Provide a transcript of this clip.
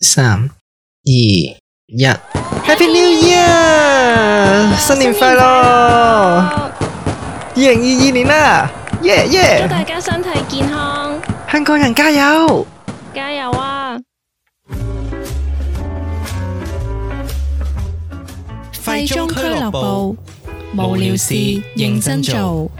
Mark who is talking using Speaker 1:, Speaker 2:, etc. Speaker 1: 三、二、一，Happy New Year！新年快樂！二零二二年啦，耶
Speaker 2: 祝
Speaker 1: 耶！
Speaker 2: 大家身體健康，
Speaker 1: 香港人加油！
Speaker 2: 加油啊！
Speaker 3: 廢中俱樂部，無聊事認真做。